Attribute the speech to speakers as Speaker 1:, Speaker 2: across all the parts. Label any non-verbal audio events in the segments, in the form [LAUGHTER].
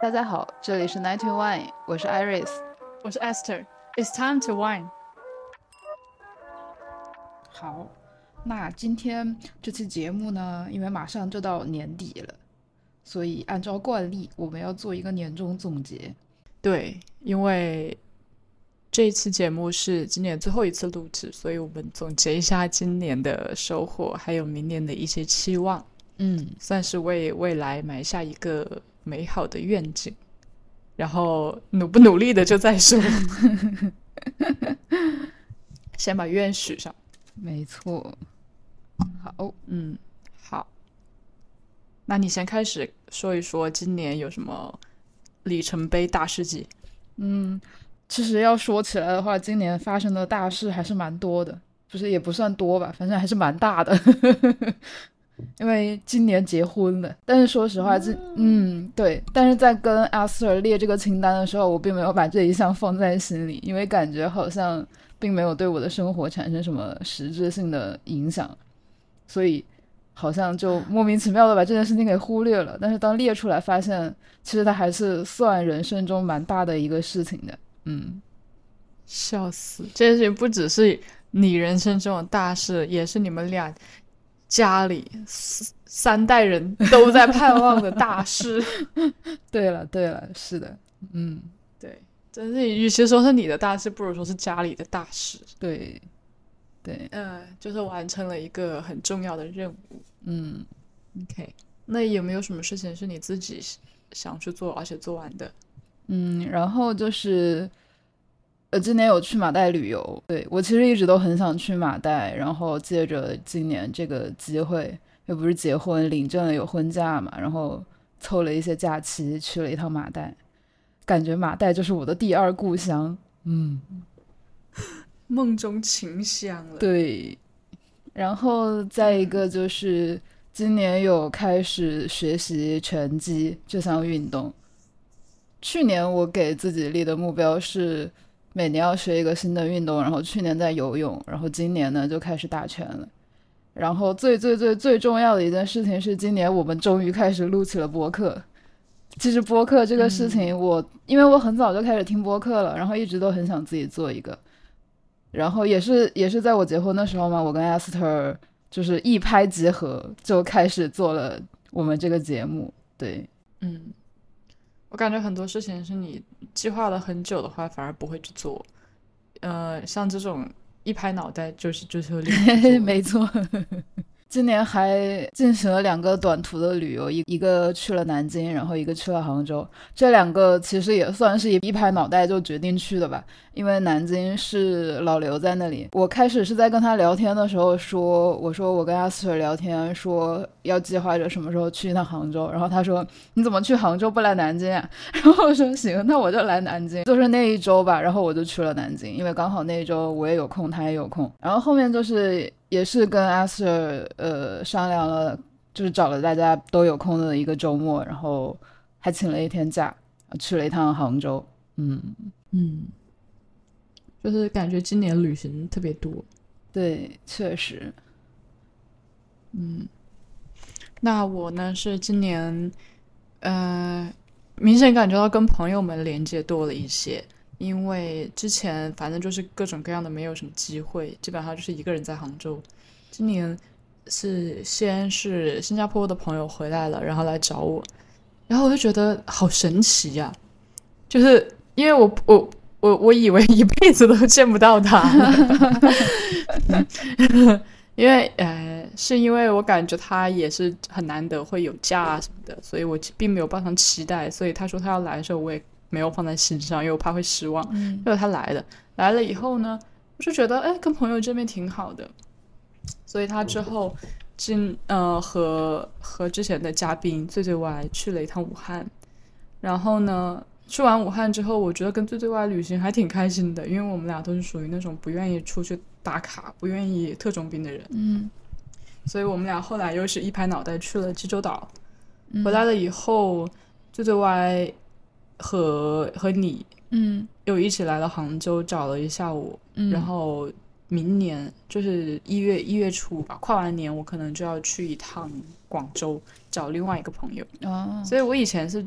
Speaker 1: 大家好，这里是 Ninety One，我是 Iris。
Speaker 2: 我是 Esther。It's time to wine。
Speaker 1: 好，那今天这期节目呢，因为马上就到年底了，所以按照惯例，我们要做一个年终总结。
Speaker 2: 对，因为这一期节目是今年最后一次录制，所以我们总结一下今年的收获，还有明年的一些期望，
Speaker 1: 嗯，
Speaker 2: 算是为未来埋下一个美好的愿景。然后努不努力的就再说， [LAUGHS] 先把愿许上。
Speaker 1: 没错。好，
Speaker 2: 嗯，好。那你先开始说一说今年有什么里程碑大事迹？
Speaker 1: 嗯，其实要说起来的话，今年发生的大事还是蛮多的，就是也不算多吧，反正还是蛮大的。 [LAUGHS] 因为今年结婚了，但是说实话，这嗯对，但是在跟阿 Sir 列这个清单的时候，我并没有把这一项放在心里，因为感觉好像并没有对我的生活产生什么实质性的影响，所以好像就莫名其妙的把这件事情给忽略了。但是当列出来，发现其实它还是算人生中蛮大的一个事情的，嗯。
Speaker 2: 笑死！这件事情不只是你人生中的大事，也是你们俩家里四三代人都在盼望的大 [LAUGHS] 事。
Speaker 1: 对了，对了，是的，嗯，
Speaker 2: 对，真是与其说是你的大事，不如说是家里的大事。
Speaker 1: 对，对，
Speaker 2: 嗯，就是完成了一个很重要的任务。
Speaker 1: 嗯，
Speaker 2: OK，那有没有什么事情是你自己想去做而且做完的？
Speaker 1: 嗯，然后就是，呃，今年有去马代旅游，对，我其实一直都很想去马代，然后借着今年这个机会，又不是结婚领证了有婚假嘛，然后凑了一些假期去了一趟马代，感觉马代就是我的第二故乡，嗯。
Speaker 2: 梦中情香了。
Speaker 1: 对，然后再一个就是今年有开始学习拳击这项运动。去年我给自己立的目标是每年要学一个新的运动，然后去年在游泳，然后今年呢就开始打拳了。然后最最最最重要的一件事情是，今年我们终于开始录起了播客。其实播客这个事情我，因为我很早就开始听播客了，然后一直都很想自己做一个。然后也是也是在我结婚的时候嘛，我跟 Esther 就是一拍即合，就开始做了我们这个节目。对，
Speaker 2: 嗯，我感觉很多事情是你计划了很久的话，反而不会去做。呃，像这种一拍脑袋就是就是立
Speaker 1: [LAUGHS]
Speaker 2: 马做
Speaker 1: 没错。今年还进行了两个短途的旅游，一一个去了南京，然后一个去了杭州。这两个其实也算是一拍脑袋就决定去的吧，因为南京是老刘在那里。我开始是在跟他聊天的时候说，我说我跟阿 Sir 聊天说要计划着什么时候去一趟杭州，然后他说你怎么去杭州不来南京啊？然后我说行， [LAUGHS] 那我就来南京，就是那一周吧。然后我就去了南京，因为刚好那一周我也有空，他也有空。然后后面就是也是跟阿 Sir 呃商量了，就是找了大家都有空的一个周末，然后还请了一天假，去了一趟杭州。嗯，
Speaker 2: 嗯，就是感觉今年旅行特别多。
Speaker 1: 对，确实，
Speaker 2: 嗯，那我呢是今年，呃，明显感觉到跟朋友们连接多了一些，因为之前反正就是各种各样的没有什么机会，基本上就是一个人在杭州。今年是先是新加坡的朋友回来了，然后来找我，然后我就觉得好神奇呀、就是因为我我我我以为一辈子都见不到他。因为呃，是因为我感觉他也是很难得会有假啊什么的，所以我并没有抱上期待，所以他说他要来的时候，我也没有放在心上，因为我怕会失望。
Speaker 1: 嗯
Speaker 2: 结果他来了，来了以后呢，我就觉得哎，跟朋友见面挺好的，所以他之后进呃和和之前的嘉宾醉醉歪去了一趟武汉，然后呢。去完武汉之后，我觉得跟醉醉歪旅行还挺开心的，因为我们俩都是属于那种不愿意出去打卡、不愿意特种兵的人。
Speaker 1: 嗯，
Speaker 2: 所以我们俩后来又是一拍脑袋去了济州岛，
Speaker 1: 嗯
Speaker 2: 回来了以后，醉醉歪和和你
Speaker 1: 嗯
Speaker 2: 又一起来了杭州，找了一下午，
Speaker 1: 嗯，
Speaker 2: 然后明年就是一月一月初吧，跨完年我可能就要去一趟广州找另外一个朋友，
Speaker 1: 哦，
Speaker 2: 所以我以前是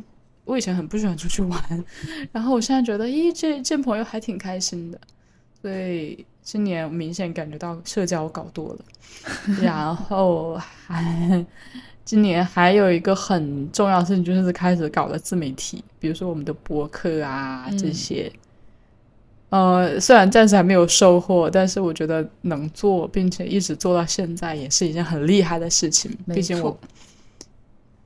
Speaker 2: 我以前很不喜欢出去玩， [LAUGHS] 然后我现在觉得，咦，这见朋友还挺开心的，所以今年明显感觉到社交搞多
Speaker 1: [LAUGHS]
Speaker 2: 了，然后还今年还有一个很重要的事情就是开始搞了自媒体，比如说我们的博客啊
Speaker 1: 嗯
Speaker 2: 这些。呃，虽然暂时还没有收获，但是我觉得能做，并且一直做到现在，也是一件很厉害的事情。
Speaker 1: 嗯没
Speaker 2: 毕竟我
Speaker 1: 错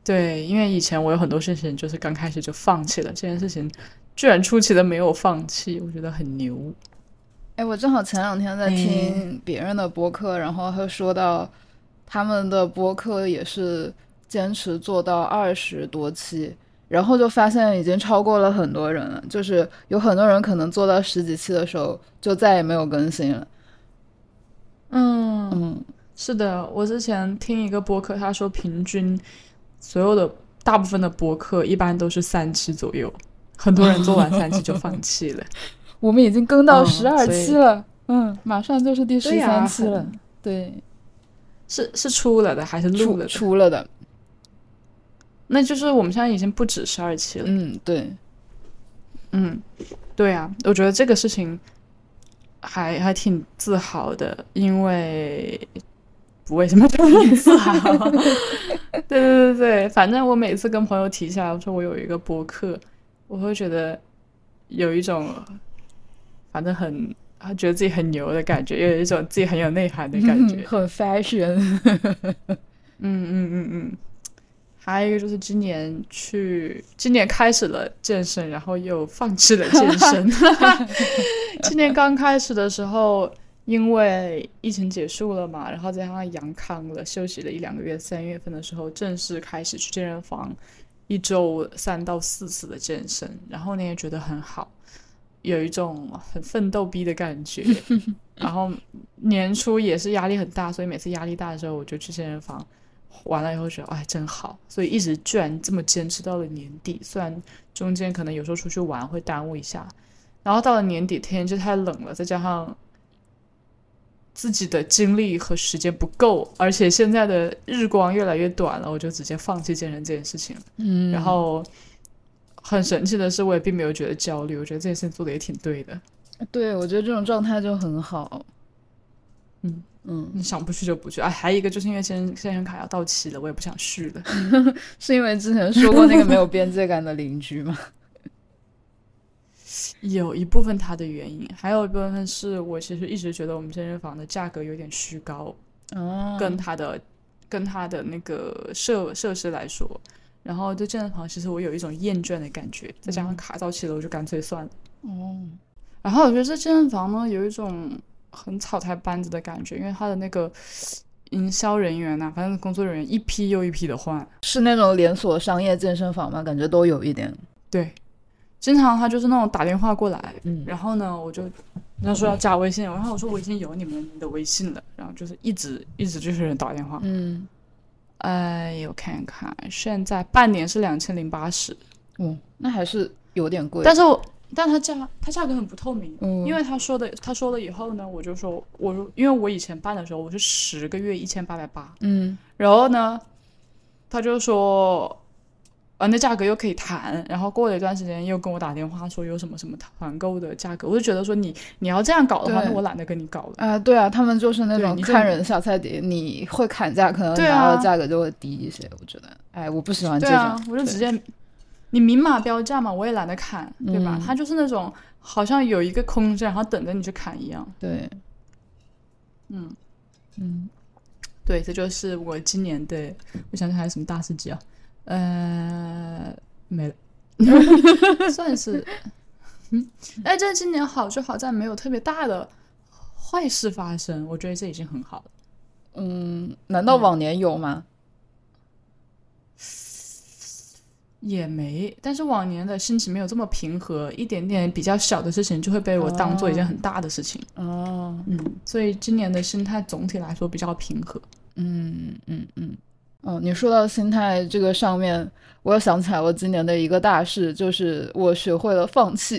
Speaker 2: 对，因为以前我有很多事情就是刚开始就放弃了，这件事情居然出奇的没有放弃，我觉得很牛。
Speaker 1: 哎，我正好前两天在
Speaker 2: 哎
Speaker 1: 听别人的播客，然后他说到他们的播客也是坚持做到二十多期，然后就发现已经超过了很多人了，就是有很多人可能做到十几期的时候就再也没有更新了。
Speaker 2: 嗯，
Speaker 1: 嗯，
Speaker 2: 是的，我之前听一个播客，他说平均所有的大部分的播客一般都是三期左右，很多人做完三期就放弃 [LAUGHS] 了。
Speaker 1: 我们已经更到
Speaker 2: 嗯
Speaker 1: 十二
Speaker 2: 所以
Speaker 1: 期了，嗯，马上就是第
Speaker 2: 对
Speaker 1: 十
Speaker 2: 呀
Speaker 1: 三期了，
Speaker 2: 很
Speaker 1: 对，
Speaker 2: 是是出了的还是录
Speaker 1: 出
Speaker 2: 了的？
Speaker 1: 出了的，
Speaker 2: 那就是我们现在已经不止十二期了。
Speaker 1: 嗯，对，
Speaker 2: 嗯，对啊，我觉得这个事情还还挺自豪的，因为不为什么挺自豪？对对对对，反正我每次跟朋友提起来，我说我有一个播客，我会觉得有一种反正很啊觉得自己很牛的感觉，也有一种自己很有内涵的感觉。
Speaker 1: 嗯 [LAUGHS] 很
Speaker 2: [LAUGHS]
Speaker 1: fashion，
Speaker 2: 嗯嗯嗯嗯，还有一个就是今年去，今年开始了健身，然后又放弃了健身。 [LAUGHS] 今年刚开始的时候，因为疫情结束了嘛，然后再加上阳康了，休息了一两个月，三月份的时候正式开始去健身房，一周三到四次的健身，然后呢也觉得很好，有一种很奋斗逼的感觉。然后年初也是压力很大，所以每次压力大的时候，我就去健身房。完了以后觉得哎真好，所以一直居然这么坚持到了年底，虽然中间可能有时候出去玩会耽误一下，然后到了年底天气太冷了，再加上自己的精力和时间不够，而且现在的日光越来越短了，我就直接放弃健身这件事情了。
Speaker 1: 嗯，
Speaker 2: 然后很神奇的是，我也并没有觉得焦虑，我觉得这件事情做的也挺对的。
Speaker 1: 对我觉得这种状态就很好，
Speaker 2: 嗯
Speaker 1: 嗯。
Speaker 2: 你想不去就不去，哎，还有一个就是因为健身健身卡要到期了，我也不想续了。
Speaker 1: 是因为之前说过那个没有边界感的邻居吗？ [LAUGHS]
Speaker 2: 有一部分它的原因，还有一部分是我其实一直觉得我们健身房的价格有点虚高，
Speaker 1: 哦
Speaker 2: 跟它的跟它的那个设设施来说，然后对健身房其实我有一种厌倦的感觉，再加上卡到期了，我就干脆算了。
Speaker 1: 哦，
Speaker 2: 然后我觉得这健身房呢有一种很草台班子的感觉，因为它的那个营销人员呐、反正工作人员一批又一批的换，
Speaker 1: 是那种连锁商业健身房吗？感觉都有一点。
Speaker 2: 对，经常他就是那种打电话过来，
Speaker 1: 嗯
Speaker 2: 然后呢，我就他说要加微信，然后我说我已经有你们的微信了，然后就是一直一直就是人打电话。
Speaker 1: 嗯，
Speaker 2: 哎，我看一看，现在半年是两千零八十，
Speaker 1: 哦，那还是有点贵。
Speaker 2: 但是我但它价它价格很不透明，
Speaker 1: 嗯
Speaker 2: 因为他说的他说了以后呢，我就说我说因为我以前办的时候我是十个月一千八百八，
Speaker 1: 嗯
Speaker 2: 然后呢，他就说，啊，那价格又可以谈。然后过了一段时间又跟我打电话说有什么什么团购的价格，我就觉得说你你要这样搞的话，
Speaker 1: 对
Speaker 2: 那我懒得跟你搞了。
Speaker 1: 啊，对啊，他们就是那
Speaker 2: 对
Speaker 1: 种
Speaker 2: 你这
Speaker 1: 看人下菜碟，你会砍价，可能
Speaker 2: 对
Speaker 1: 拿
Speaker 2: 啊
Speaker 1: 到价格就会低一些。我觉得，哎，我不喜欢这
Speaker 2: 对
Speaker 1: 种。
Speaker 2: 啊，我就直接你明码标价嘛，我也懒得砍，对吧？
Speaker 1: 嗯
Speaker 2: 他就是那种好像有一个空间，然后等着你去砍一样。
Speaker 1: 对，
Speaker 2: 嗯，
Speaker 1: 嗯
Speaker 2: 对，这就是我今年的，我想想还有什么大事迹啊？呃，没了， [LAUGHS] 算是，嗯，但这今年好就好在没有特别大的坏事发生，我觉得这已经很好了。
Speaker 1: 嗯，难道往年有吗？
Speaker 2: 也没，但是往年的心情没有这么平和，一点点比较小的事情就会被我当做一件很大的事情。
Speaker 1: 哦，
Speaker 2: 嗯，所以今年的心态总体来说比较平和。
Speaker 1: 嗯嗯嗯，哦，你说到心态这个上面，我又想起来我今年的一个大事，就是我学会了放弃，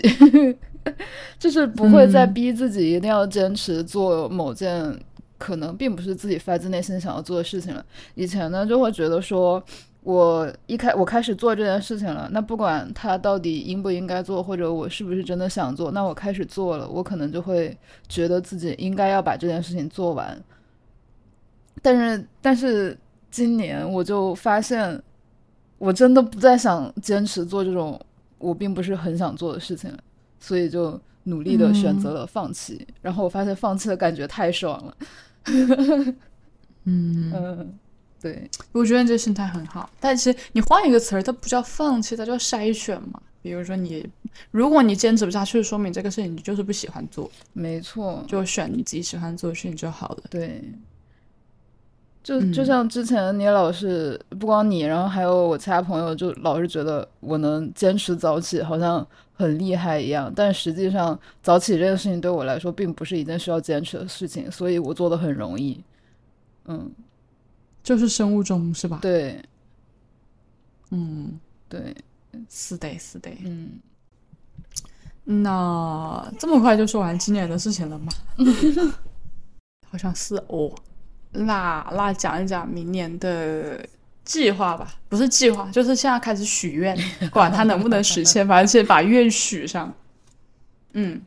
Speaker 1: [LAUGHS] 就是不会再
Speaker 2: 嗯
Speaker 1: 逼自己一定要坚持做某件可能并不是自己发自内心想要做的事情了。以前呢，就会觉得说我一开我开始做这件事情了，那不管它到底应不应该做，或者我是不是真的想做，那我开始做了，我可能就会觉得自己应该要把这件事情做完。但是，但是今年我就发现，我真的不再想坚持做这种我并不是很想做的事情了，所以就努力的选择了放弃。然后我发现放弃的感觉太爽了，
Speaker 2: 嗯，
Speaker 1: 嗯，对，
Speaker 2: 我觉得你这心态很好，但其实你换一个词儿，它不叫放弃，它叫筛选嘛。比如说你，如果你坚持不下去，说明这个事情你就是不喜欢做，
Speaker 1: 没错，
Speaker 2: 就选你自己喜欢做的事情就好了。
Speaker 1: 对，就就像之前你老是、不光你，然后还有我其他朋友，就老是觉得我能坚持早起好像很厉害一样，但实际上早起这件事情对我来说并不是一件需要坚持的事情，所以我做的很容易。嗯，
Speaker 2: 就是生物钟是吧？，
Speaker 1: 对
Speaker 2: 嗯，
Speaker 1: 对，
Speaker 2: 是的，是的。
Speaker 1: 嗯，
Speaker 2: 那这么快就说完今年的事情了吗？好像是哦。那那讲一讲明年的计划吧，不是计划，就是现在开始许愿，管它能不能实现，反正先把愿许上。嗯，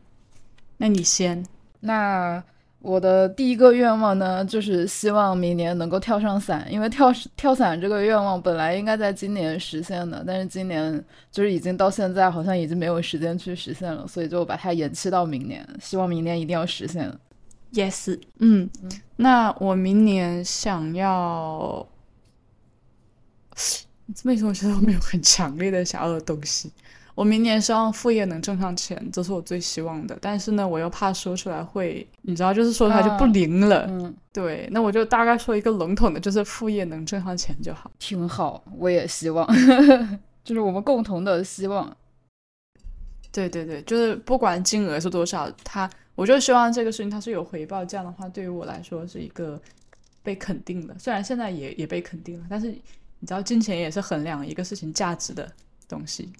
Speaker 2: 那你先。
Speaker 1: 那。我的第一个愿望呢，就是希望明年能够跳上伞，因为跳跳伞这个愿望本来应该在今年实现的，但是今年就是已经到现在，好像已经没有时间去实现了，所以就把它延期到明年，希望明年一定要实现。
Speaker 2: Yes，嗯，那我明年想要，你这么一说，我觉得我没有很强烈的想要的东西。我明年希望副业能挣上钱，这是我最希望的。但是呢，我又怕说出来会，你知道，就是说出来就不
Speaker 1: 啊
Speaker 2: 灵了。
Speaker 1: 嗯，
Speaker 2: 对，那我就大概说一个笼统的，就是副业能挣上钱就好。
Speaker 1: 挺好，我也希望， [LAUGHS] 就是我们共同的希望。
Speaker 2: 对对对，就是不管金额是多少，它我就希望这个事情它是有回报，这样的话对于我来说是一个被肯定的。虽然现在也也被肯定了，但是你知道，金钱也是衡量一个事情价值的东西。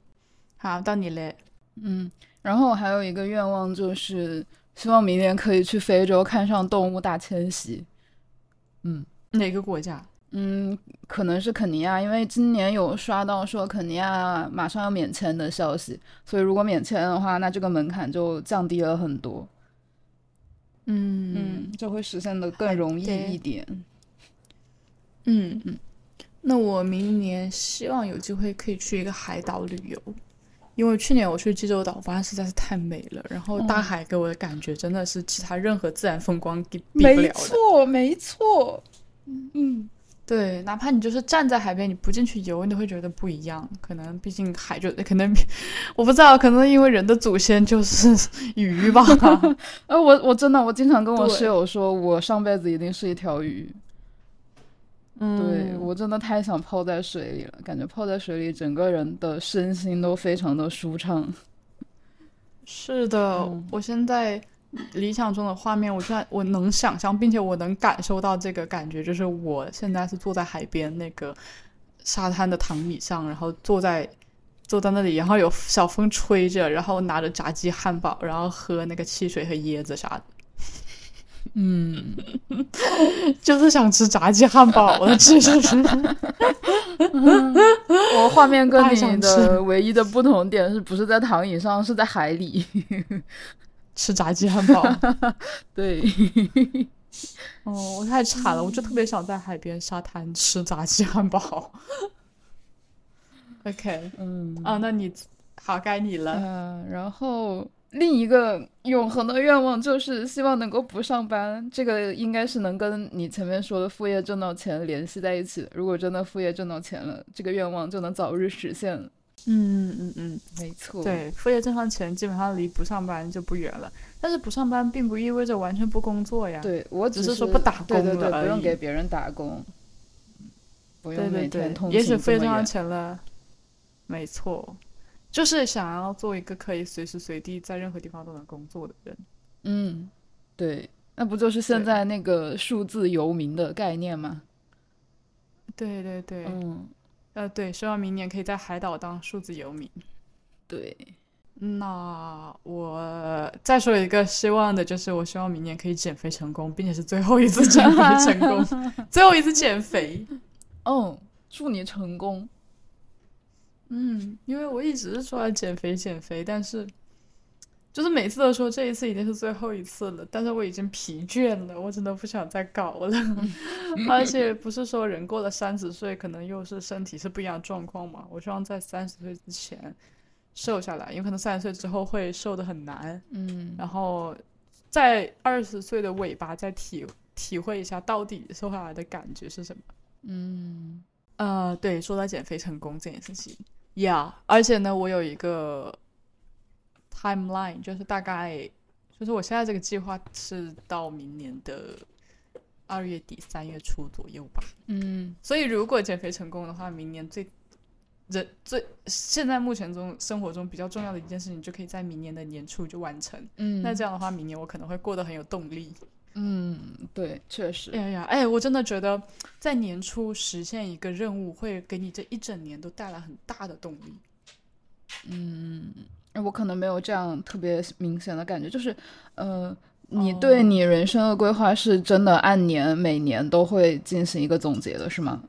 Speaker 2: 好，到你嘞。
Speaker 1: 嗯，然后我还有一个愿望就是希望明年可以去非洲看上动物大迁徙。
Speaker 2: 哪个国家？
Speaker 1: 嗯，可能是肯尼亚，因为今年有刷到说肯尼亚马上要免签的消息，所以如果免签的话，那这个门槛就降低了很多，
Speaker 2: 嗯
Speaker 1: 嗯，就会实现的更容易
Speaker 2: 对
Speaker 1: 一点。
Speaker 2: 嗯嗯，那我明年希望有机会可以去一个海岛旅游，因为去年我去济州岛，我发现实在是太美了，然后大
Speaker 1: 嗯
Speaker 2: 海给我的感觉真的是其他任何自然风光比比不
Speaker 1: 没
Speaker 2: 了的。
Speaker 1: 错，没错，嗯，
Speaker 2: 对，哪怕你就是站在海边，你不进去游，你都会觉得不一样。可能毕竟海就可能，我不知道，可能因为人的祖先就是 [LAUGHS] 鱼吧。
Speaker 1: [LAUGHS] 呃，我我真的我经常跟我
Speaker 2: 对
Speaker 1: 室友说，我上辈子一定是一条鱼，对
Speaker 2: 嗯，
Speaker 1: 我真的太想泡在水里了，感觉泡在水里，整个人的身心都非常的舒畅。 [LAUGHS]
Speaker 2: 是的，
Speaker 1: 嗯
Speaker 2: 我现在理想中的画面，我现在我能想象，并且我能感受到这个感觉，就是我现在是坐在海边那个沙滩的躺椅上，然后坐在坐在那里，然后有小风吹着，然后拿着炸鸡汉堡，然后喝那个汽水和椰子啥的。
Speaker 1: 嗯，
Speaker 2: [LAUGHS] 就是想吃炸鸡汉堡了，这就是。 [LAUGHS]
Speaker 1: 我画面跟
Speaker 2: 太
Speaker 1: 你
Speaker 2: 想吃
Speaker 1: 的唯一的不同点是不是在躺椅上，是在海里。 [LAUGHS]
Speaker 2: 吃炸鸡汉堡，
Speaker 1: 对，
Speaker 2: 哦，我太馋了，我就特
Speaker 1: 嗯
Speaker 2: 别想在海边沙滩吃炸鸡汉堡。OK，
Speaker 1: [LAUGHS] 嗯
Speaker 2: 啊，那你好，该你了。
Speaker 1: 呃，然后另一个永恒的愿望就是希望能够不上班，这个应该是能跟你前面说的副业挣到钱联系在一起的。如果真的副业挣到钱了，这个愿望就能早日实现了。
Speaker 2: 嗯嗯嗯，
Speaker 1: 没错，，
Speaker 2: 对，副业挣上钱基本上离不上班就不远了，但是不上班并不意味着完全不工作呀。
Speaker 1: 对我
Speaker 2: 只
Speaker 1: 只
Speaker 2: 是说不打
Speaker 1: 对
Speaker 2: 工
Speaker 1: 对对，
Speaker 2: 了
Speaker 1: 不
Speaker 2: 而
Speaker 1: 用
Speaker 2: 已
Speaker 1: 给别人打工，不
Speaker 2: 对
Speaker 1: 用
Speaker 2: 对
Speaker 1: 每
Speaker 2: 对
Speaker 1: 天通，
Speaker 2: 也
Speaker 1: 勤
Speaker 2: 许
Speaker 1: 这
Speaker 2: 副业
Speaker 1: 么
Speaker 2: 挣上
Speaker 1: 远
Speaker 2: 钱了，没错，就是想要做一个可以随时随地在任何地方都能工作的人。
Speaker 1: 嗯，对，那不就是现
Speaker 2: 对
Speaker 1: 在那个数字游民的概念吗？
Speaker 2: 对对对，
Speaker 1: 嗯，
Speaker 2: 呃，对，希望明年可以在海岛当数字游民。
Speaker 1: 对，
Speaker 2: 那我再说一个希望的，就是我希望明年可以减肥 [LAUGHS] 成功，并且是最后一次减肥成功，最后一次减肥。
Speaker 1: 哦，祝你成功。
Speaker 2: 嗯，因为我一直说要减肥减肥，但是就是每次都说这一次一定是最后一次了，但是我已经疲倦了，我真的不想再搞 [LAUGHS] 了。而且不是说人过了三十岁，可能又是身体是不一样的状况嘛。我希望在三十岁之前瘦下来，有可能三十岁之后会瘦的很难。
Speaker 1: 嗯，
Speaker 2: 然后在二十岁的尾巴再体体会一下到底瘦下来的感觉是什么。
Speaker 1: 嗯，
Speaker 2: 呃，对，说到减肥成功这件事情，Yeah，而且呢，我有一个 timeline，就是大概就是我现在这个计划是到明年的二月底三月初左右吧。
Speaker 1: 嗯，
Speaker 2: 所以如果减肥成功的话，明年最人最现在目前中生活中比较重要的一件事情，就可以在明年的年初就完成。
Speaker 1: 嗯，
Speaker 2: 那这样的话，明年我可能会过得很有动力。
Speaker 1: 嗯，对，确实，
Speaker 2: 哎呀，哎，我真的觉得在年初实现一个任务，会给你这一整年都带来很大的动力。
Speaker 1: 我可能没有这样特别明显的感觉，就是，呃，你对你人生的规划是真的按年每年都会进行一个总结的，是吗？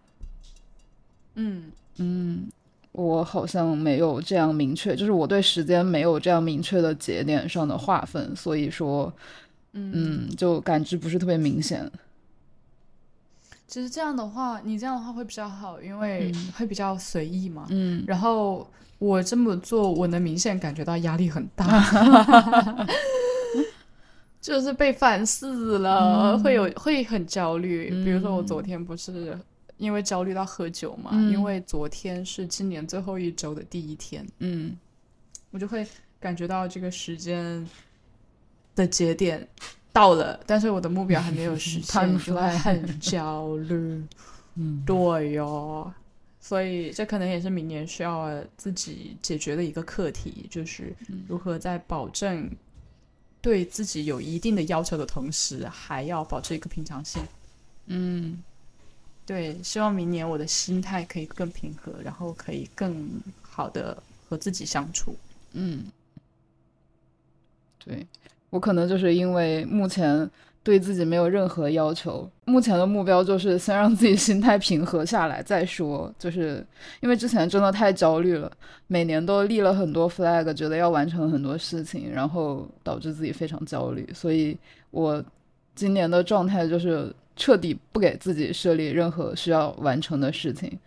Speaker 2: 嗯，
Speaker 1: 我好像没有这样明确，就是我对时间没有这样明确的节点上的划分，所以说，嗯，就感知不是特别明显。
Speaker 2: 其实这样的话，你这样的话会比较好，因为会比较随意嘛。
Speaker 1: 嗯
Speaker 2: 然后我这么做，我能明显感觉到压力很大，
Speaker 1: [LAUGHS]
Speaker 2: 就是被反噬了，
Speaker 1: 嗯
Speaker 2: 会有会很焦虑。比如说我昨天不是因为焦虑到喝酒嘛，
Speaker 1: 嗯
Speaker 2: 因为昨天是今年最后一周的第一天，
Speaker 1: 嗯
Speaker 2: 我就会感觉到这个时间的节点到了，但是我的目标还没有实
Speaker 1: Time
Speaker 2: 现，就会
Speaker 1: fly
Speaker 2: 很焦虑。
Speaker 1: 嗯
Speaker 2: 对哟，所以这可能也是明年需要自己解决的一个课题，就是如何在保证对自己有一定的要求的同时，还要保持一个平常心。
Speaker 1: 嗯
Speaker 2: 对，希望明年我的心态可以更平和，然后可以更好的和自己相处。
Speaker 1: 嗯，对，我可能就是因为目前对自己没有任何要求，目前的目标就是先让自己心态平和下来再说。就是因为之前真的太焦虑了，每年都立了很多 flag，觉得要完成很多事情，然后导致自己非常焦虑。所以我今年的状态就是彻底不给自己设立任何需要完成的事情，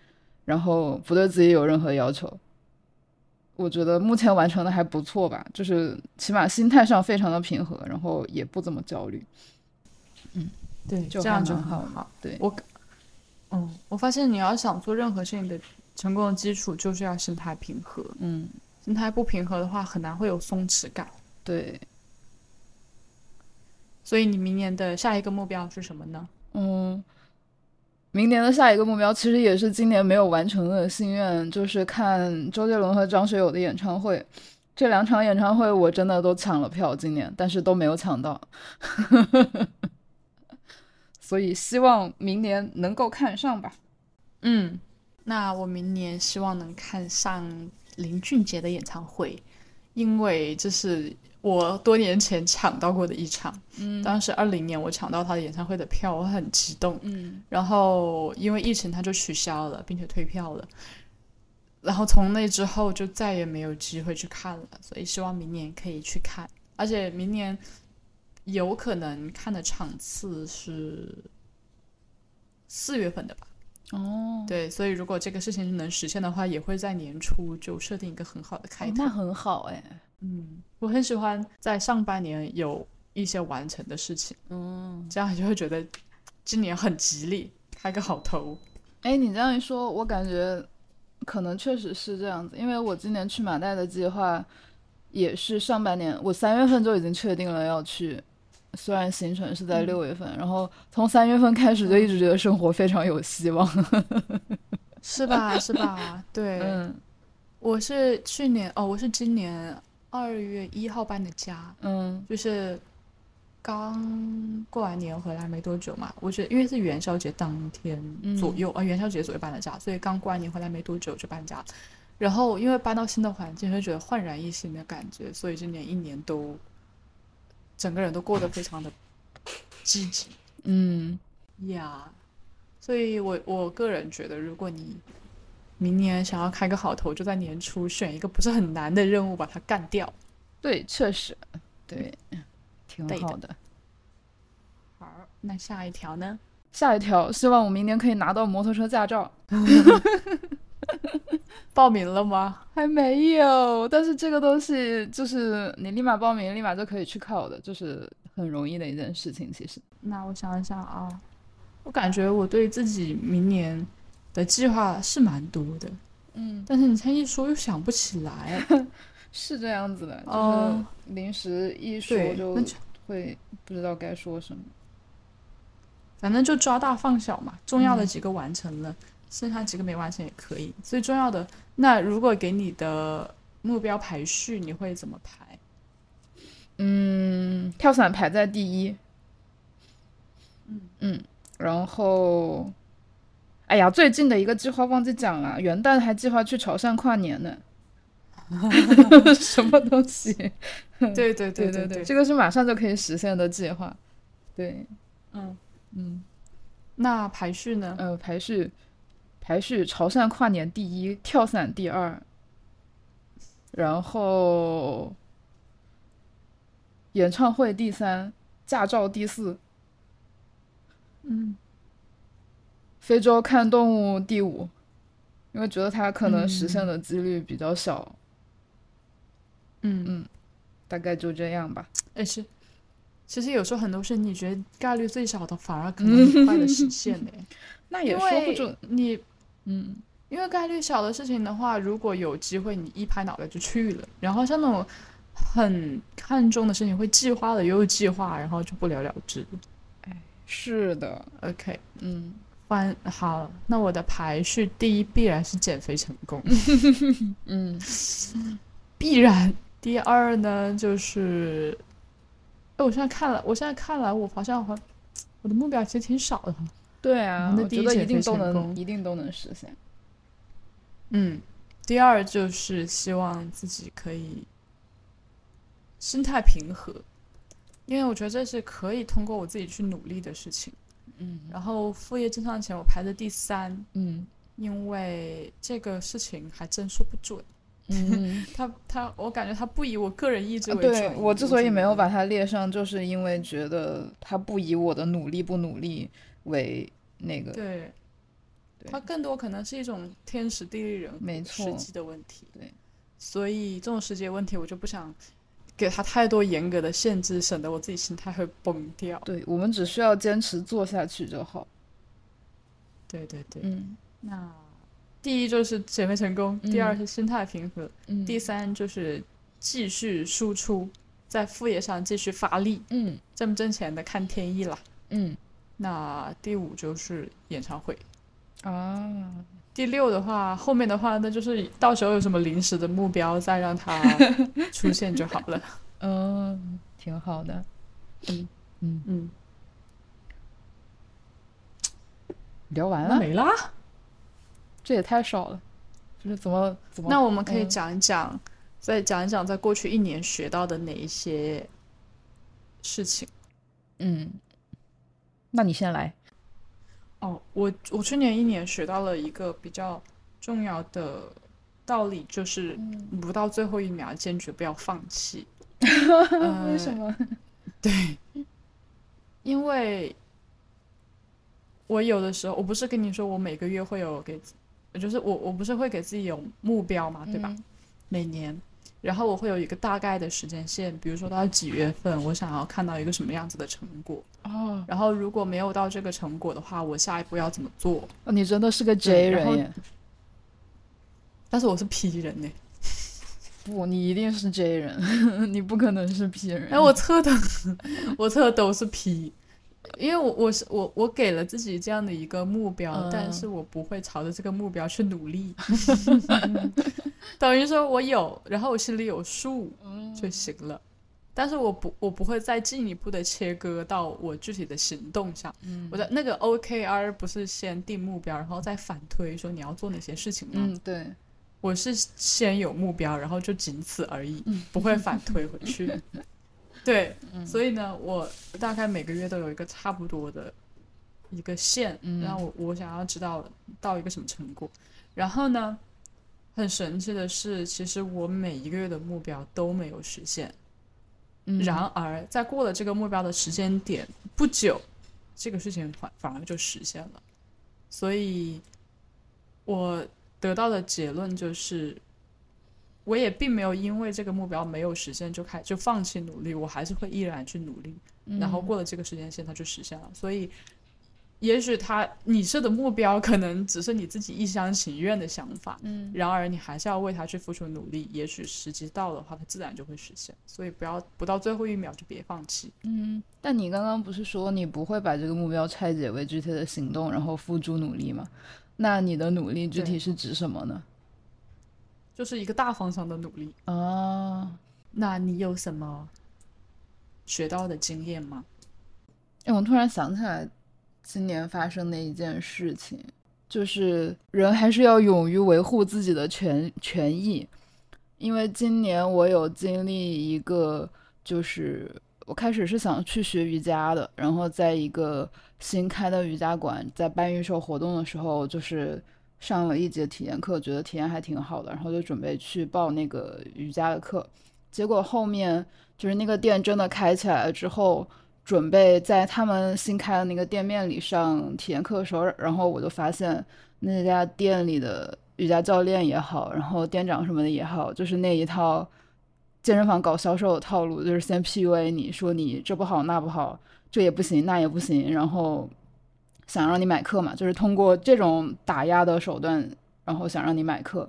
Speaker 1: 然后不对自己有任何要求。我觉得目前完成的还不错吧，就是起码心态上非常的平和，然后也不怎么焦虑。
Speaker 2: 对，
Speaker 1: 就
Speaker 2: 这
Speaker 1: 还
Speaker 2: 样就
Speaker 1: 蛮
Speaker 2: 很
Speaker 1: 好的
Speaker 2: 好。
Speaker 1: 对
Speaker 2: 我，嗯，我发现你要想做任何事情的成功的基础，就是要心态平和。
Speaker 1: 嗯，
Speaker 2: 心态不平和的话，很难会有松弛感。
Speaker 1: 对，
Speaker 2: 所以你明年的下一个目标是什么呢？
Speaker 1: 嗯，明年的下一个目标其实也是今年没有完成的心愿，就是看周杰伦和张学友的演唱会。这两场演唱会我真的都抢了票，今年但是都没有抢到， [LAUGHS] 所以希望明年能够看上吧。
Speaker 2: 嗯，那我明年希望能看上林俊杰的演唱会，因为这是我多年前抢到过的一场。
Speaker 1: 嗯
Speaker 2: 当时二零年我抢到他的演唱会的票，我很激动。
Speaker 1: 嗯
Speaker 2: 然后因为疫情，他就取消了，并且退票了。然后从那之后就再也没有机会去看了，所以希望明年可以去看，而且明年有可能看的场次是四月份的吧？
Speaker 1: 哦，
Speaker 2: 对，所以如果这个事情能实现的话，也会在年初就设定一个很好的开
Speaker 1: 哦
Speaker 2: 头。
Speaker 1: 那很好哎。
Speaker 2: 嗯，我很喜欢在上半年有一些完成的事情，
Speaker 1: 嗯。
Speaker 2: 这样就会觉得今年很吉利，开个好头。
Speaker 1: 哎，你这样一说，我感觉可能确实是这样子，因为我今年去马代的计划也是上半年，我三月份就已经确定了要去，虽然行程是
Speaker 2: 嗯
Speaker 1: 在六月份，然后从三月份开始就一直觉得生活非常有希望。
Speaker 2: [LAUGHS] 是吧？是吧？ [LAUGHS] 对，
Speaker 1: 嗯
Speaker 2: 我是去年哦，我是今年二月一号搬的家，
Speaker 1: 嗯
Speaker 2: 就是刚过完年回来没多久嘛。我觉得因为是元宵节当天左右，啊、元宵节左右搬的家，所以刚过完年回来没多久就搬家。然后因为搬到新的环境，会觉得焕然一新的感觉，所以今年一年都整个人都过得非常的积极
Speaker 1: 嗯，
Speaker 2: 呀。所以我我个人觉得，如果你明年想要开个好头，就在年初选一个不是很难的任务把它干掉。
Speaker 1: 对，确实，对，挺
Speaker 2: 对的
Speaker 1: 好的。
Speaker 2: 好，那下一条呢？
Speaker 1: 下一条，希望我明年可以拿到摩托车驾照。
Speaker 2: 报名了吗？
Speaker 1: 还没有，但是这个东西就是你立马报名，立马就可以去考的，就是很容易的一件事情。其实，
Speaker 2: 那我想一想啊，我感觉我对自己明年的计划是蛮多的，
Speaker 1: 嗯，
Speaker 2: 但是你现在一说又想不起
Speaker 1: [LAUGHS]
Speaker 2: 来。
Speaker 1: 是这样子的，就是
Speaker 2: 哦
Speaker 1: 临时一说
Speaker 2: 对，
Speaker 1: 就
Speaker 2: 那就
Speaker 1: 会不知道该说什么。
Speaker 2: 反正就抓大放小嘛，重要的几个完成
Speaker 1: 嗯
Speaker 2: 了，剩下几个没完成也可以。最重要的，那如果给你的目标排序，你会怎么排？
Speaker 1: 嗯，跳伞排在第一，
Speaker 2: 嗯
Speaker 1: 嗯，然后，哎呀，最近的一个计划忘记讲了，元旦还计划去潮汕跨年
Speaker 2: [LAUGHS]
Speaker 1: 呢，什么东西？
Speaker 2: 对对
Speaker 1: 对
Speaker 2: 对
Speaker 1: 这个是马上就可以实现的计划。对，
Speaker 2: 嗯，
Speaker 1: 嗯，
Speaker 2: 那排序呢？
Speaker 1: 呃，排序，排序，潮汕跨年第一，跳伞第二，然后演唱会第三，驾照第四，
Speaker 2: 嗯，
Speaker 1: 非洲看动物第五，因为觉得它可能实现的几率比较小，
Speaker 2: 嗯
Speaker 1: 嗯大概就这样吧。
Speaker 2: 也是，其实有时候很多事你觉得概率最小的，反而
Speaker 1: [LAUGHS]
Speaker 2: 可能很快的实现嘞，
Speaker 1: 那
Speaker 2: 因
Speaker 1: 也说不
Speaker 2: 为
Speaker 1: 准，
Speaker 2: 你。
Speaker 1: 嗯，
Speaker 2: 因为概率小的事情的话，如果有机会，你一拍脑袋就去了。然后像那种很看重的事情，会计划的也有计划，然后就不了了之。
Speaker 1: 是的，
Speaker 2: OK，
Speaker 1: 嗯，
Speaker 2: 翻好，那我的排序第一必然是减肥成功， [LAUGHS]
Speaker 1: 嗯，
Speaker 2: 必然。第二呢，就是，哎，我现在看了，我现在看来，我好像好像我的目标其实挺少的。
Speaker 1: 对啊，
Speaker 2: 我们的
Speaker 1: 我
Speaker 2: 第
Speaker 1: 觉
Speaker 2: 一
Speaker 1: 得一
Speaker 2: 减
Speaker 1: 定
Speaker 2: 肥
Speaker 1: 都
Speaker 2: 成
Speaker 1: 能，
Speaker 2: 功
Speaker 1: 一定都能实现。
Speaker 2: 嗯，第二就是希望自己可以心态平和，因为我觉得这是可以通过我自己去努力的事情。
Speaker 1: 嗯
Speaker 2: 然后副业挣上钱，我排在第三，
Speaker 1: 嗯
Speaker 2: 因为这个事情还真说不准。
Speaker 1: 嗯，
Speaker 2: 他他，我感觉他不以我个人意志为
Speaker 1: 啊对
Speaker 2: 转移
Speaker 1: 我之所以
Speaker 2: 觉
Speaker 1: 没有
Speaker 2: 得
Speaker 1: 把它列上，就是因为觉得它不以我的努力不努力为那个，
Speaker 2: 对，
Speaker 1: 对
Speaker 2: 它更多可能是一种天时地利人和
Speaker 1: 没错
Speaker 2: 实际的问题。
Speaker 1: 对，
Speaker 2: 所以这种实际的问题，我就不想给它太多严格的限制，省得我自己心态会崩掉。
Speaker 1: 对我们只需要坚持做下去就好。
Speaker 2: 对对对，
Speaker 1: 嗯
Speaker 2: 那第一就是减肥成功，第二
Speaker 1: 嗯
Speaker 2: 是心态平和，
Speaker 1: 嗯
Speaker 2: 第三就是继续输出，在副业上继续发力，
Speaker 1: 嗯
Speaker 2: 挣不挣钱的看天意啦。
Speaker 1: 嗯
Speaker 2: 那第五就是演唱会。
Speaker 1: 啊，
Speaker 2: 第六的话，后面的话，那就是到时候有什么临时的目标，再让它 [LAUGHS] 出现就好了。
Speaker 1: 嗯，挺好的。
Speaker 2: 嗯，
Speaker 1: 聊完
Speaker 2: 那
Speaker 1: 了，
Speaker 2: 没啦。
Speaker 1: 这也太少了，就是怎么怎么
Speaker 2: 那我们可以
Speaker 1: 嗯
Speaker 2: 讲一讲，再讲一讲在过去一年学到的哪一些事情。
Speaker 1: 嗯，那你先来。
Speaker 2: 哦，我我去年一年学到了一个比较重要的道理，就是
Speaker 1: 嗯，
Speaker 2: 不到最后一秒，坚决不要放 [LAUGHS] 弃。
Speaker 1: 为
Speaker 2: 呃
Speaker 1: 什么？
Speaker 2: 因为我有的时候，我不是跟你说我每个月会有给自，就是我我不是会给自己有目标嘛，对吧？每年，然后我会有一个大概的时间线，比如说到几月份，我想要看到一个什么样子的成果，
Speaker 1: 哦，
Speaker 2: 然后如果没有到这个成果的话，我下一步要怎么做？
Speaker 1: 哦你真的是个 J
Speaker 2: 对然
Speaker 1: 人
Speaker 2: 后
Speaker 1: 耶！
Speaker 2: 但是我是 P 人呢、
Speaker 1: 不，你一定是 J 人， [LAUGHS] 你不可能是 P 人。
Speaker 2: 哎，我测的，我测的都是 P，因为我我是我我给了自己这样的一个目标，
Speaker 1: 嗯
Speaker 2: 但是我不会朝着这个目标去努力， [LAUGHS] 等于说我有，然后我心里有数
Speaker 1: 嗯
Speaker 2: 就行了。但是我不，我不会再进一步的切割到我具体的行动上。
Speaker 1: 嗯
Speaker 2: 我的那个 OKR 不是先定目标，然后再反推说你要做哪些事情吗？
Speaker 1: 嗯，对，
Speaker 2: 我是先有目标，然后就仅此而已，不会反推回去。对，所以呢，我大概每个月都有一个差不多的一个线，然后我我想要知道到一个什么成果。然后呢，很神奇的是，其实我每一个月的目标都没有实现。
Speaker 1: 嗯
Speaker 2: 然而，在过了这个目标的时间点不久，这个事情反反而就实现了。所以，我得到的结论就是，我也并没有因为这个目标没有实现就开就放弃努力，我还是会依然去努力。
Speaker 1: 嗯
Speaker 2: 然后过了这个时间线，它就实现了。所以，也许他你设的目标可能只是你自己一厢情愿的想法，
Speaker 1: 嗯，
Speaker 2: 然而你还是要为它去付出努力。也许时机到的话，它自然就会实现。所以不要不到最后一秒就别放弃。
Speaker 1: 嗯，但你刚刚不是说你不会把这个目标拆解为具体的行动，然后付诸努力吗？那你的努力具体
Speaker 2: 对
Speaker 1: 是指什么呢？
Speaker 2: 就是一个大方向的努力。
Speaker 1: 啊，
Speaker 2: 那你有什么学到的经验吗？
Speaker 1: 哎，我突然想起来今年发生的一件事情，就是人还是要勇于维护自己的权权益，因为今年我有经历一个，就是我开始是想去学瑜伽的，然后在一个新开的瑜伽馆，在办预售活动的时候，就是上了一节体验课，觉得体验还挺好的，然后就准备去报那个瑜伽的课，结果后面就是那个店真的开起来了之后。准备在他们新开的那个店面里上体验课的时候，然后我就发现那家店里的瑜伽教练也好，然后店长什么的也好，就是那一套健身房搞销售的套路，就是先 PUA 你说你这不好那不好，这也不行那也不行，然后想让你买课嘛，就是通过这种打压的手段，然后想让你买课。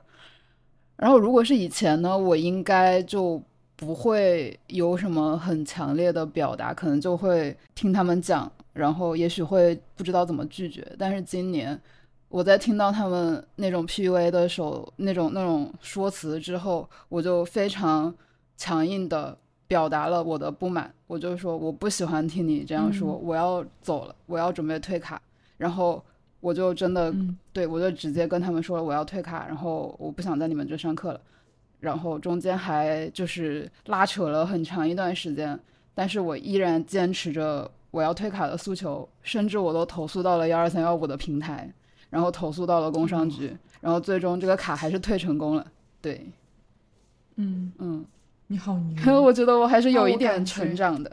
Speaker 1: 然后如果是以前呢，我应该就不会有什么很强烈的表达，可能就会听他们讲，然后也许会不知道怎么拒绝。但是今年我在听到他们那种 PUA 的手那种那种说辞之后，我就非常强硬的表达了我的不满，我就说我不喜欢听你这样说，我要走了，我要准备退卡，然后。我就真的
Speaker 2: 嗯，
Speaker 1: 对，我就直接跟他们说了我要退卡，然后我不想在你们这上课了。然后中间还就是拉扯了很长一段时间，但是我依然坚持着我要退卡的诉求，甚至我都投诉到了幺二三幺五的平台，然后投诉到了工商局，
Speaker 2: 哦
Speaker 1: 然后最终这个卡还是退成功了。对，
Speaker 2: 嗯，
Speaker 1: 嗯，
Speaker 2: 你好
Speaker 1: [LAUGHS]
Speaker 2: 牛。啊
Speaker 1: 我觉得我还是有
Speaker 2: 嗯那
Speaker 1: 一
Speaker 2: 我
Speaker 1: 点
Speaker 2: 感觉
Speaker 1: 成长的。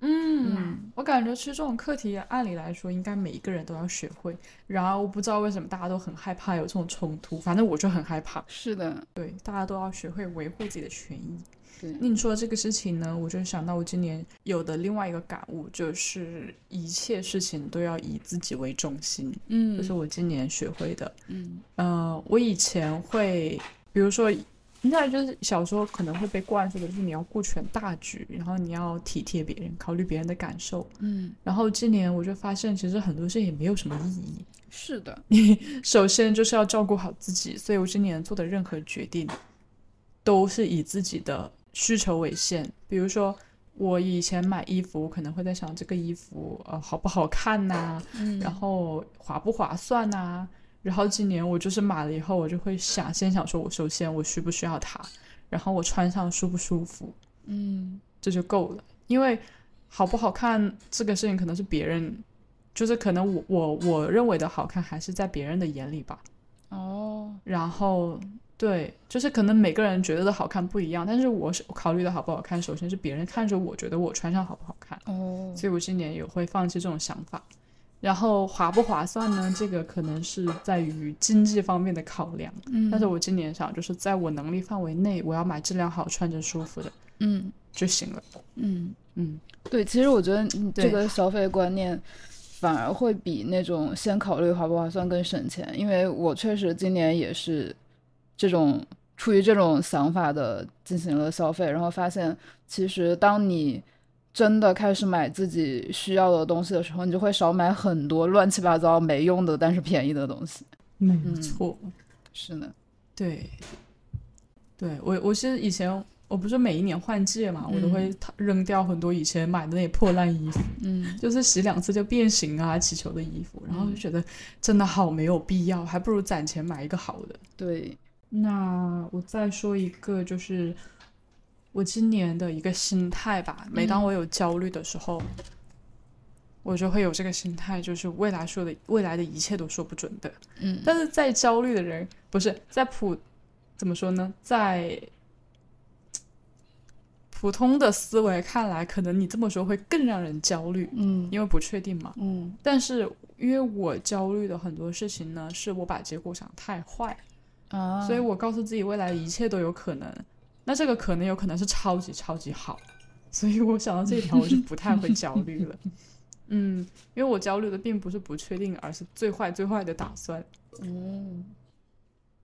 Speaker 2: 嗯，我感觉其实这种课题，按理来说应该每一个人都要学会。然而，我不知道为什么大家都很害怕有这种冲突，反正我就很害怕。
Speaker 1: 是的，
Speaker 2: 对，大家都要学会维护自己的权益。
Speaker 1: 对，
Speaker 2: 那你说这个事情呢，我就想到我今年有的另外一个感悟，就是一切事情都要以自己为中心，这
Speaker 1: 嗯
Speaker 2: 是我今年学会的。
Speaker 1: 嗯
Speaker 2: 呃，我以前会，比如说，你知道，就是小时候可能会被灌输的，就是你要顾全大局，然后你要体贴别人，考虑别人的感受。
Speaker 1: 嗯，
Speaker 2: 然后今年我就发现，其实很多事情也没有什么意义。
Speaker 1: 是的，
Speaker 2: 首先就是要照顾好自己，所以我今年做的任何决定，都是以自己的需求为限。比如说，我以前买衣服，我可能会在想这个衣服呃好不好看呐、
Speaker 1: 嗯
Speaker 2: 然后划不划算呐、然后今年我就是买了以后，我就会想，先想说我首先我需不需要它，然后我穿上舒不舒服，
Speaker 1: 嗯
Speaker 2: 这就够了。因为好不好看这个事情，可能是别人，就是可能我我我认为的好看，还是在别人的眼里吧。
Speaker 1: 哦
Speaker 2: 然后对，就是可能每个人觉得的好看不一样，但是我是我考虑的好不好看，首先是别人看着我觉得我穿上好不好看，
Speaker 1: 哦，
Speaker 2: 所以我今年也会放弃这种想法。然后划不划算呢？这个可能是在于经济方面的考量，
Speaker 1: 嗯
Speaker 2: 但是我今年想就是在我能力范围内，我要买质量好、穿着舒服的
Speaker 1: 嗯
Speaker 2: 就行了。
Speaker 1: 嗯。
Speaker 2: 嗯，
Speaker 1: 对，其实我觉得你这
Speaker 2: 对
Speaker 1: 个消费观念反而会比那种先考虑划不划算更省钱，因为我确实今年也是这种出于这种想法的进行了消费，然后发现其实当你真的开始买自己需要的东西的时候，你就会少买很多乱七八糟没用的但是便宜的东西。
Speaker 2: 没
Speaker 1: 嗯
Speaker 2: 错。
Speaker 1: 是的，
Speaker 2: 对，对我我是以前我不是每一年换季嘛，我都
Speaker 1: 嗯
Speaker 2: 会淘扔掉很多以前买的那些破烂衣服，
Speaker 1: 嗯
Speaker 2: 就是洗两次就变形啊、起球的衣服，然后就觉得真的好没有必要，还不如攒钱买一个好的。
Speaker 1: 对，
Speaker 2: 那我再说一个，就是我今年的一个心态吧。每当我有焦虑的时候，我就会有这个心态，就是未来说的未来的一切都说不准的。
Speaker 1: 嗯，
Speaker 2: 但是再焦虑的人，不是在普，怎么说呢，在普通的思维看来，可能你这么说会更让人焦虑，
Speaker 1: 嗯
Speaker 2: 因为不确定嘛。
Speaker 1: 嗯
Speaker 2: 但是因为我焦虑的很多事情呢，是我把结果想太坏，
Speaker 1: 啊，
Speaker 2: 所以我告诉自己未来一切都有可能。那这个可能有可能是超级超级好， [LAUGHS] 所以我想到这一条我就不太会焦虑了。嗯，因为我焦虑的并不是不确定，而是最坏最坏的打算。
Speaker 1: 嗯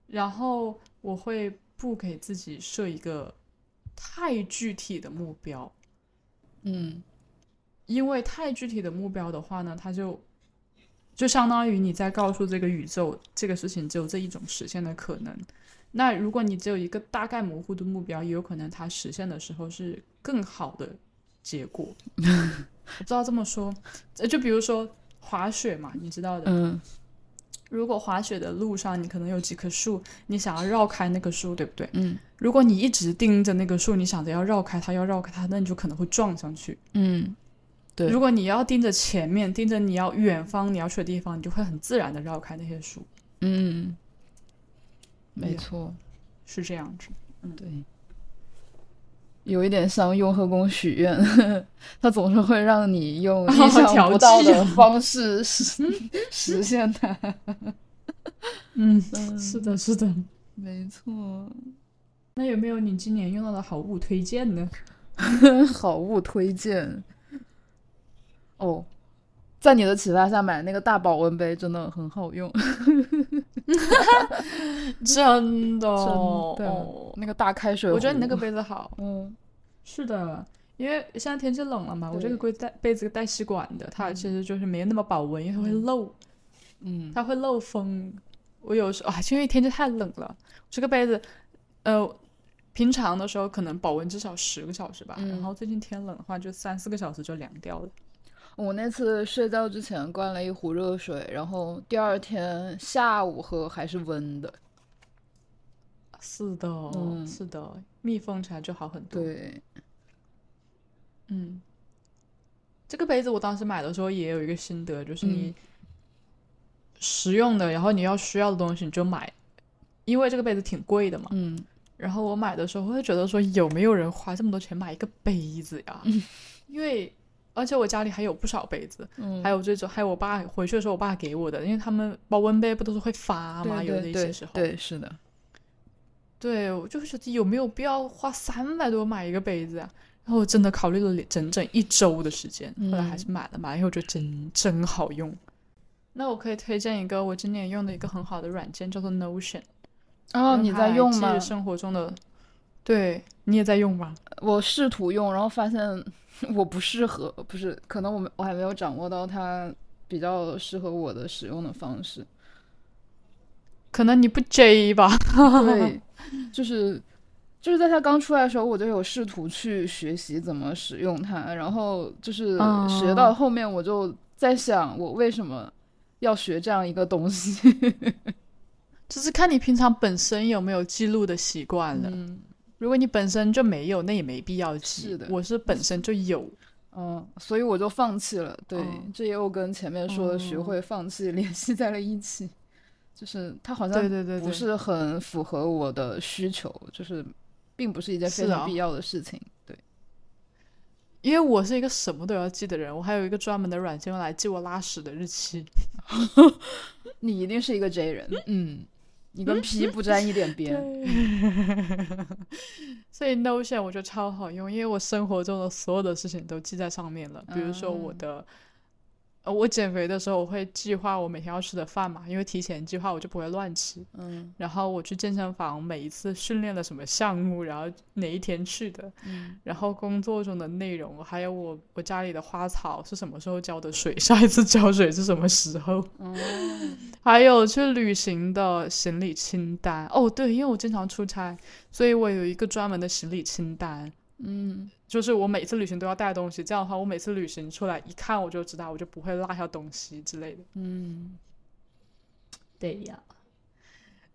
Speaker 2: 然后我会不给自己设一个太具体的目标，
Speaker 1: 嗯
Speaker 2: 因为太具体的目标的话呢，它就就相当于你在告诉这个宇宙，这个事情只有这一种实现的可能。那如果你只有一个大概模糊的目标，也有可能它实现的时候是更好的结果。我不知道这么说，呃就比如说滑雪嘛，你知道的，
Speaker 1: 嗯
Speaker 2: 如果滑雪的路上你可能有几棵树，你想要绕开那棵树，对不对？
Speaker 1: 嗯
Speaker 2: 如果你一直盯着那棵树，你想着要绕开它，要绕开它，那你就可能会撞上去。
Speaker 1: 嗯，对
Speaker 2: 如果你要盯着前面，盯着你要远方你要去的地方，你就会很自然的绕开那些树，
Speaker 1: 嗯，没
Speaker 2: 嗯
Speaker 1: 错，嗯
Speaker 2: 是这样子。
Speaker 1: 对，有一点像雍和宫许愿， [LAUGHS] 它总是会让你用意想不到
Speaker 2: 调
Speaker 1: 的
Speaker 2: 剂
Speaker 1: 方式实实现它。
Speaker 2: 嗯，
Speaker 1: 嗯
Speaker 2: 是的，是的。
Speaker 1: 没错，
Speaker 2: 那有没有你今年用到的好物推荐呢？
Speaker 1: [LAUGHS] 好物推荐哦。在你的启发下买那个大保温杯真的很好用，
Speaker 2: 真的
Speaker 1: 真
Speaker 2: 哦
Speaker 1: 的， [LAUGHS] 那个大开水壶，
Speaker 2: 我觉得你那个杯子好。
Speaker 1: 嗯
Speaker 2: 是的，因为现在天气冷了嘛，我这个
Speaker 1: 对
Speaker 2: 杯带杯子带吸管的，它其实就是没那么保温，因为它会漏，
Speaker 1: 嗯
Speaker 2: 它会漏风。我有时候啊，因为天气太冷了，这个杯子，呃，平常的时候可能保温至少十个小时吧，然
Speaker 1: 嗯
Speaker 2: 后最近天冷的话，就三四个小时就凉掉了。
Speaker 1: 我那次睡觉之前灌了一壶热水，然后第二天下午喝还是温的。
Speaker 2: 是的，哦
Speaker 1: 嗯
Speaker 2: 是的，密封起来就好很多。
Speaker 1: 对，
Speaker 2: 嗯，这个杯子我当时买的时候也有一个心得，就是
Speaker 1: 嗯
Speaker 2: 你实用的，然后你要需要的东西你就买，因为这个杯子挺贵的嘛。
Speaker 1: 嗯
Speaker 2: 然后我买的时候，我会觉得说，有没有人花这么多钱买一个杯子呀？因为而且我家里还有不少杯子，
Speaker 1: 嗯，
Speaker 2: 还有这种，还有我爸回去的时候我爸给我的，因为他们保温杯不都是会发嘛，
Speaker 1: 对
Speaker 2: 有
Speaker 1: 对
Speaker 2: 的一
Speaker 1: 对
Speaker 2: 些时候，
Speaker 1: 对，是的，
Speaker 2: 对，我就会觉得有没有必要花三百多买一个杯子啊？然后我真的考虑了整整一周的时间，后来还
Speaker 1: 嗯
Speaker 2: 是买了，买了以后觉得真真好用。那我可以推荐一个我今年用的一个很好的软件，叫做 Notion。
Speaker 1: 哦，
Speaker 2: 因为
Speaker 1: 你在
Speaker 2: 它
Speaker 1: 用
Speaker 2: 记
Speaker 1: 吗
Speaker 2: 录？生活中的，对你也在用吗？
Speaker 1: 我试图用，然后发现 [LAUGHS] 我不适合，不是，可能我没我还没有掌握到它比较适合我的使用的方
Speaker 2: [LAUGHS]
Speaker 1: 式。
Speaker 2: 可能你不 J 吧？ [LAUGHS]
Speaker 1: 对，就是就是在它刚出来的时候，我就有试图去学习怎么使用它，然后就是
Speaker 2: 哦
Speaker 1: 学到后面，我就在想，我为什么要学这样一个东西？ [LAUGHS]
Speaker 2: 就是看你平常本身有没有记录的习惯了。
Speaker 1: 嗯
Speaker 2: 如果你本身就没有，那也没必要记。
Speaker 1: 是的
Speaker 2: 我是本身就有。
Speaker 1: 嗯，所以我就放弃了。对，
Speaker 2: 嗯
Speaker 1: 这又跟前面说的学
Speaker 2: 哦
Speaker 1: 会放弃 [LAUGHS] 联系在了一起，就是它好像
Speaker 2: 对对对对，
Speaker 1: 不是很符合我的需求，就是并不是一件非
Speaker 2: 是
Speaker 1: 常
Speaker 2: 啊
Speaker 1: 必要的事情。对，
Speaker 2: 因为我是一个什么都要记的人，我还有一个专门的软件用来记我拉屎的日期。
Speaker 1: 你一定是一个 J 人，嗯，你跟 P 不沾一
Speaker 2: [LAUGHS]
Speaker 1: 点边。
Speaker 2: 所以 Notion 我觉得超好用，因为我生活中的所有的事情都记在上面了。比如说我
Speaker 1: 嗯
Speaker 2: 的，呃，我减肥的时候我会计划我每天要吃的饭嘛，因为提前计划我就不会乱吃。
Speaker 1: 嗯
Speaker 2: 然后我去健身房，每一次训练了什么项目，然后哪一天去的，
Speaker 1: 嗯
Speaker 2: 然后工作中的内容，还有我我家里的花草是什么时候浇的水， [LAUGHS] 下一次浇水是什么时候。
Speaker 1: 哦，
Speaker 2: 还有去旅行的行李清单哦，对，因为我经常出差，所以我有一个专门的行李清单，
Speaker 1: 嗯
Speaker 2: 就是我每次旅行都要带东西，这样的话，我每次旅行出来一看我就知道，我就不会落下东西之类的。
Speaker 1: 嗯，
Speaker 2: 对呀，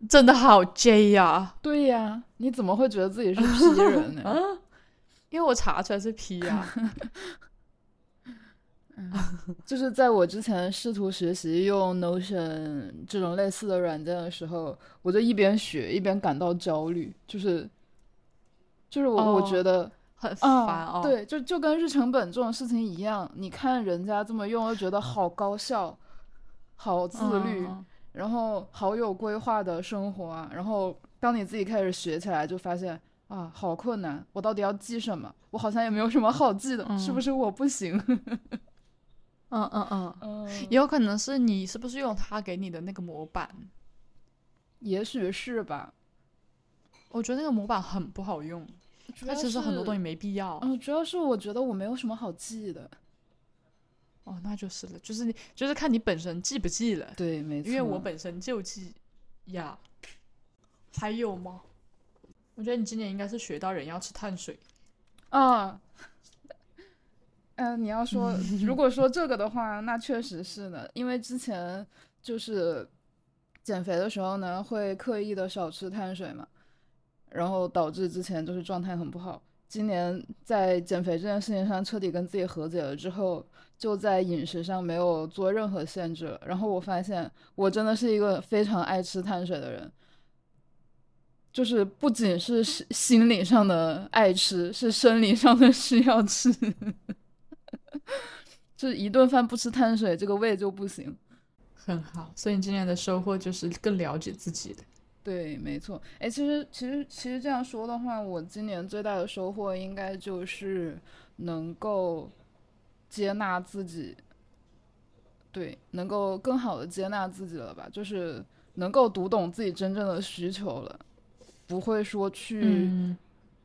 Speaker 2: 真的好 J 呀、
Speaker 1: 对呀，你怎么会觉得自己是 P
Speaker 2: [LAUGHS]
Speaker 1: 人呢？
Speaker 2: 因为我查出来是 P 呀、
Speaker 1: 就是在我之前试图学习用 Notion 这种类似的软件的时候，我就一边学一边感到焦虑，就是就是我、
Speaker 2: 哦
Speaker 1: 我觉得 [LAUGHS]
Speaker 2: 很烦
Speaker 1: 啊，
Speaker 2: 哦。，
Speaker 1: 对，就就跟日程本这种事情一样，你看人家这么用，就觉得好高效，好自律，
Speaker 2: 嗯
Speaker 1: 然后好有规划的生活啊。然后当你自己开始学起来，就发现啊，好困难，我到底要记什么？我好像也没有什么好记的，是不是我不行？ [LAUGHS]
Speaker 2: 嗯嗯嗯，
Speaker 1: 嗯，
Speaker 2: 也有可能是你是不是用他给你的那个模板？
Speaker 1: 也许是吧。
Speaker 2: 我觉得那个模板很不好用，
Speaker 1: 主要
Speaker 2: 它其实很多东西
Speaker 1: 西，
Speaker 2: 没必要。
Speaker 1: 嗯、主要是我觉得我没有什么好记的。
Speaker 2: 哦，那就是了，就是你就是看你本身记不记了，
Speaker 1: 对，没错。啊
Speaker 2: 因为我本身就记呀。还有吗？我觉得你今年应该是学到人要吃碳水。
Speaker 1: 啊，嗯、你要说如果说这个的话，那确实是的，因为之前就是减肥的时候呢，会刻意的少吃碳水嘛，然后导致之前就是状态很不好。今年在减肥这件事情上彻底跟自己和解了之后，就在饮食上没有做任何限制了。然后我发现我真的是一个非常爱吃碳水的人，就是不仅是心 [LAUGHS] 心理上的爱吃，是生理上的需要吃， [LAUGHS] 就是一顿饭不吃碳水，这个胃就不行。
Speaker 2: 很好，所以你今年的收获就是更了解自己的。
Speaker 1: 对，没错。哎，其实其实其实这样说的话，我今年最大的收获应该就是能够接纳自己，对，能够更好的接纳自己了吧，就是能够读懂自己真正的需求了，不会说去、
Speaker 2: 嗯，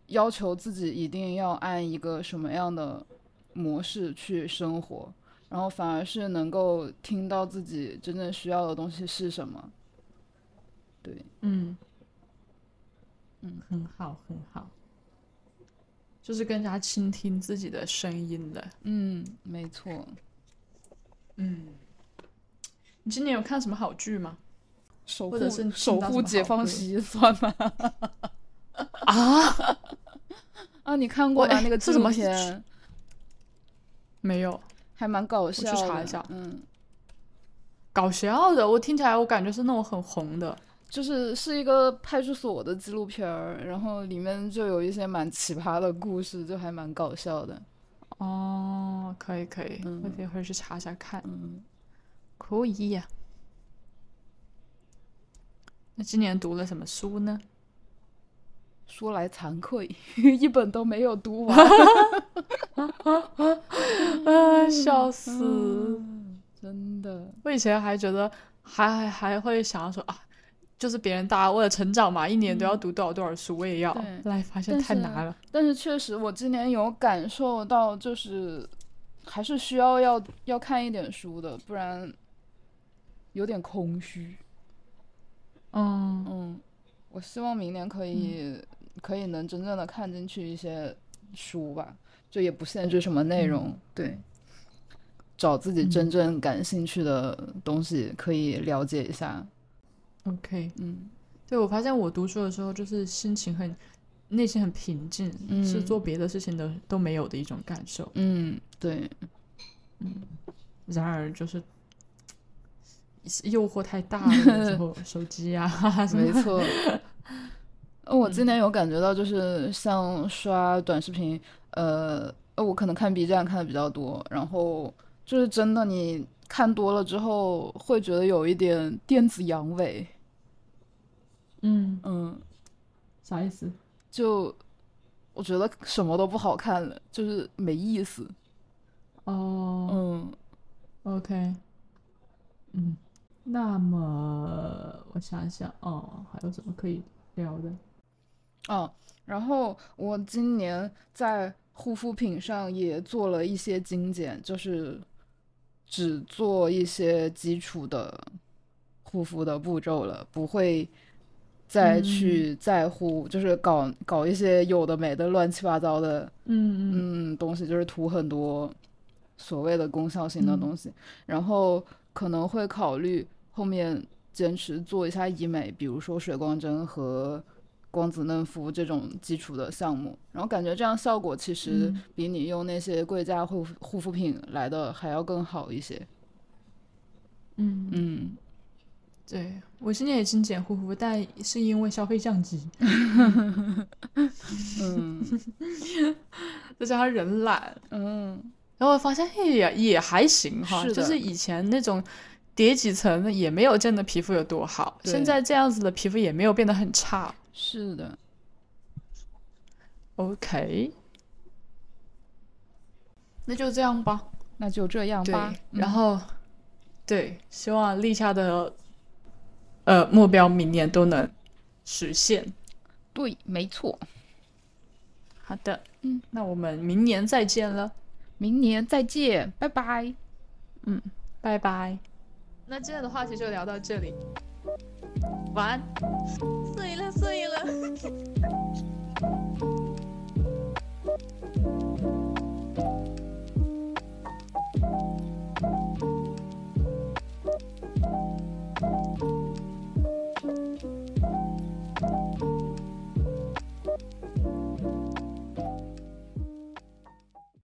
Speaker 1: 要求自己一定要按一个什么样的模式去生活，然后反而是能够听到自己真正需要的东西是什么。对，
Speaker 2: 嗯，嗯，很好，很好，就是更加倾听自己的声音了。
Speaker 1: 嗯，没错。
Speaker 2: 嗯，你今年有看什么好剧吗？
Speaker 1: 守
Speaker 2: 或者是
Speaker 1: 护
Speaker 2: 你
Speaker 1: 守
Speaker 2: 听到什
Speaker 1: 护
Speaker 2: 么
Speaker 1: 解
Speaker 2: 好
Speaker 1: 放
Speaker 2: 歌
Speaker 1: 西算吗？ [LAUGHS]
Speaker 2: 啊，
Speaker 1: 啊，你看过
Speaker 2: 我
Speaker 1: 吗？
Speaker 2: 哎
Speaker 1: 那个
Speaker 2: 是
Speaker 1: 纪
Speaker 2: 什
Speaker 1: 录
Speaker 2: 么
Speaker 1: 片
Speaker 2: 没有，
Speaker 1: 还蛮搞笑
Speaker 2: 去
Speaker 1: 的。
Speaker 2: 查一下
Speaker 1: 嗯，
Speaker 2: 搞笑的，我听起来我感觉是那种很红的。
Speaker 1: 就是是一个派出所的纪录片儿，然后里面就有一些蛮奇葩的故事，就还蛮搞笑的。
Speaker 2: 哦，可以可以，
Speaker 1: 嗯
Speaker 2: 我得回去查一下看。
Speaker 1: 嗯。
Speaker 2: 可以呀、那今年读了什么书呢？
Speaker 1: 说来惭愧， [LAUGHS] 一本都没有读完，
Speaker 2: 啊，笑死！
Speaker 1: 真的。
Speaker 2: 嗯我以前还觉得还还还会想要说啊，就是别人大家为了成长嘛，一年都要读多少多少书，我也要。
Speaker 1: 嗯对
Speaker 2: 后来发现
Speaker 1: 但
Speaker 2: 太
Speaker 1: 是
Speaker 2: 难了。
Speaker 1: 但是确实，我今年有感受到，就是还是需要要要看一点书的，不然有点空虚。
Speaker 2: 嗯，
Speaker 1: 嗯，我希望明年可以、可以能真正的看进去一些书吧，就也不限制什么内容，对，找自己真正感兴趣的东西可以了解一下。
Speaker 2: OK，
Speaker 1: 嗯
Speaker 2: 对我发现我读书的时候就是心情很，内心很平静，
Speaker 1: 嗯
Speaker 2: 是做别的事情的都没有的一种感受。
Speaker 1: 嗯，对。
Speaker 2: 然而就是诱惑太大了，有时 [LAUGHS] 候手机啊什么
Speaker 1: 没
Speaker 2: 的。 [LAUGHS] 嗯
Speaker 1: 错。呃我今年有感觉到，就是像刷短视频，呃，呃我可能看 B 站看的比较多，然后就是真的你看多了之后，会觉得有一点电子阳痿，
Speaker 2: 嗯，
Speaker 1: 嗯，
Speaker 2: [LAUGHS] 啥意思？
Speaker 1: 就我觉得什么都不好看了，就是没意思，
Speaker 2: 哦、
Speaker 1: 嗯
Speaker 2: OK，嗯，那么我想想，哦，还有什么可以聊的？
Speaker 1: 哦，然后我今年在护肤品上也做了一些精简，就是只做一些基础的护肤的步骤了，不会再去在乎，就是搞搞一些有的没的乱七八糟的，
Speaker 2: 嗯嗯
Speaker 1: 嗯，东西就是涂很多所谓的功效型的
Speaker 2: 嗯
Speaker 1: 东西，然后可能会考虑后面坚持做一下医美，比如说水光针和光子嫩肤这种基础的项目，然后感觉这样效果其实
Speaker 2: 嗯
Speaker 1: 比你用那些贵价护肤护肤品来的还要更好一些。
Speaker 2: 嗯，
Speaker 1: 嗯，
Speaker 2: 对我今年也精简护肤，但是因为消费降级， [LAUGHS]
Speaker 1: 嗯 [LAUGHS]
Speaker 2: 再加上人懒，
Speaker 1: 嗯，
Speaker 2: 然后我发现嘿也也还行哈，
Speaker 1: 是的
Speaker 2: 就是以前那种叠几层也没有真的皮肤有多好，
Speaker 1: 对
Speaker 2: 现在这样子的皮肤也没有变得很差。
Speaker 1: 是的，
Speaker 2: OK，那就这样吧。嗯
Speaker 1: 那就这样
Speaker 2: 对
Speaker 1: 吧。，嗯
Speaker 2: 然后对，希望立下的呃目标明年都能实现。
Speaker 1: 对，没错，
Speaker 2: 好的，
Speaker 1: 嗯，
Speaker 2: 那我们明年再见了，
Speaker 1: 明年再见，拜拜。
Speaker 2: 拜拜。那今天的话题就聊到这里，晚安，睡了。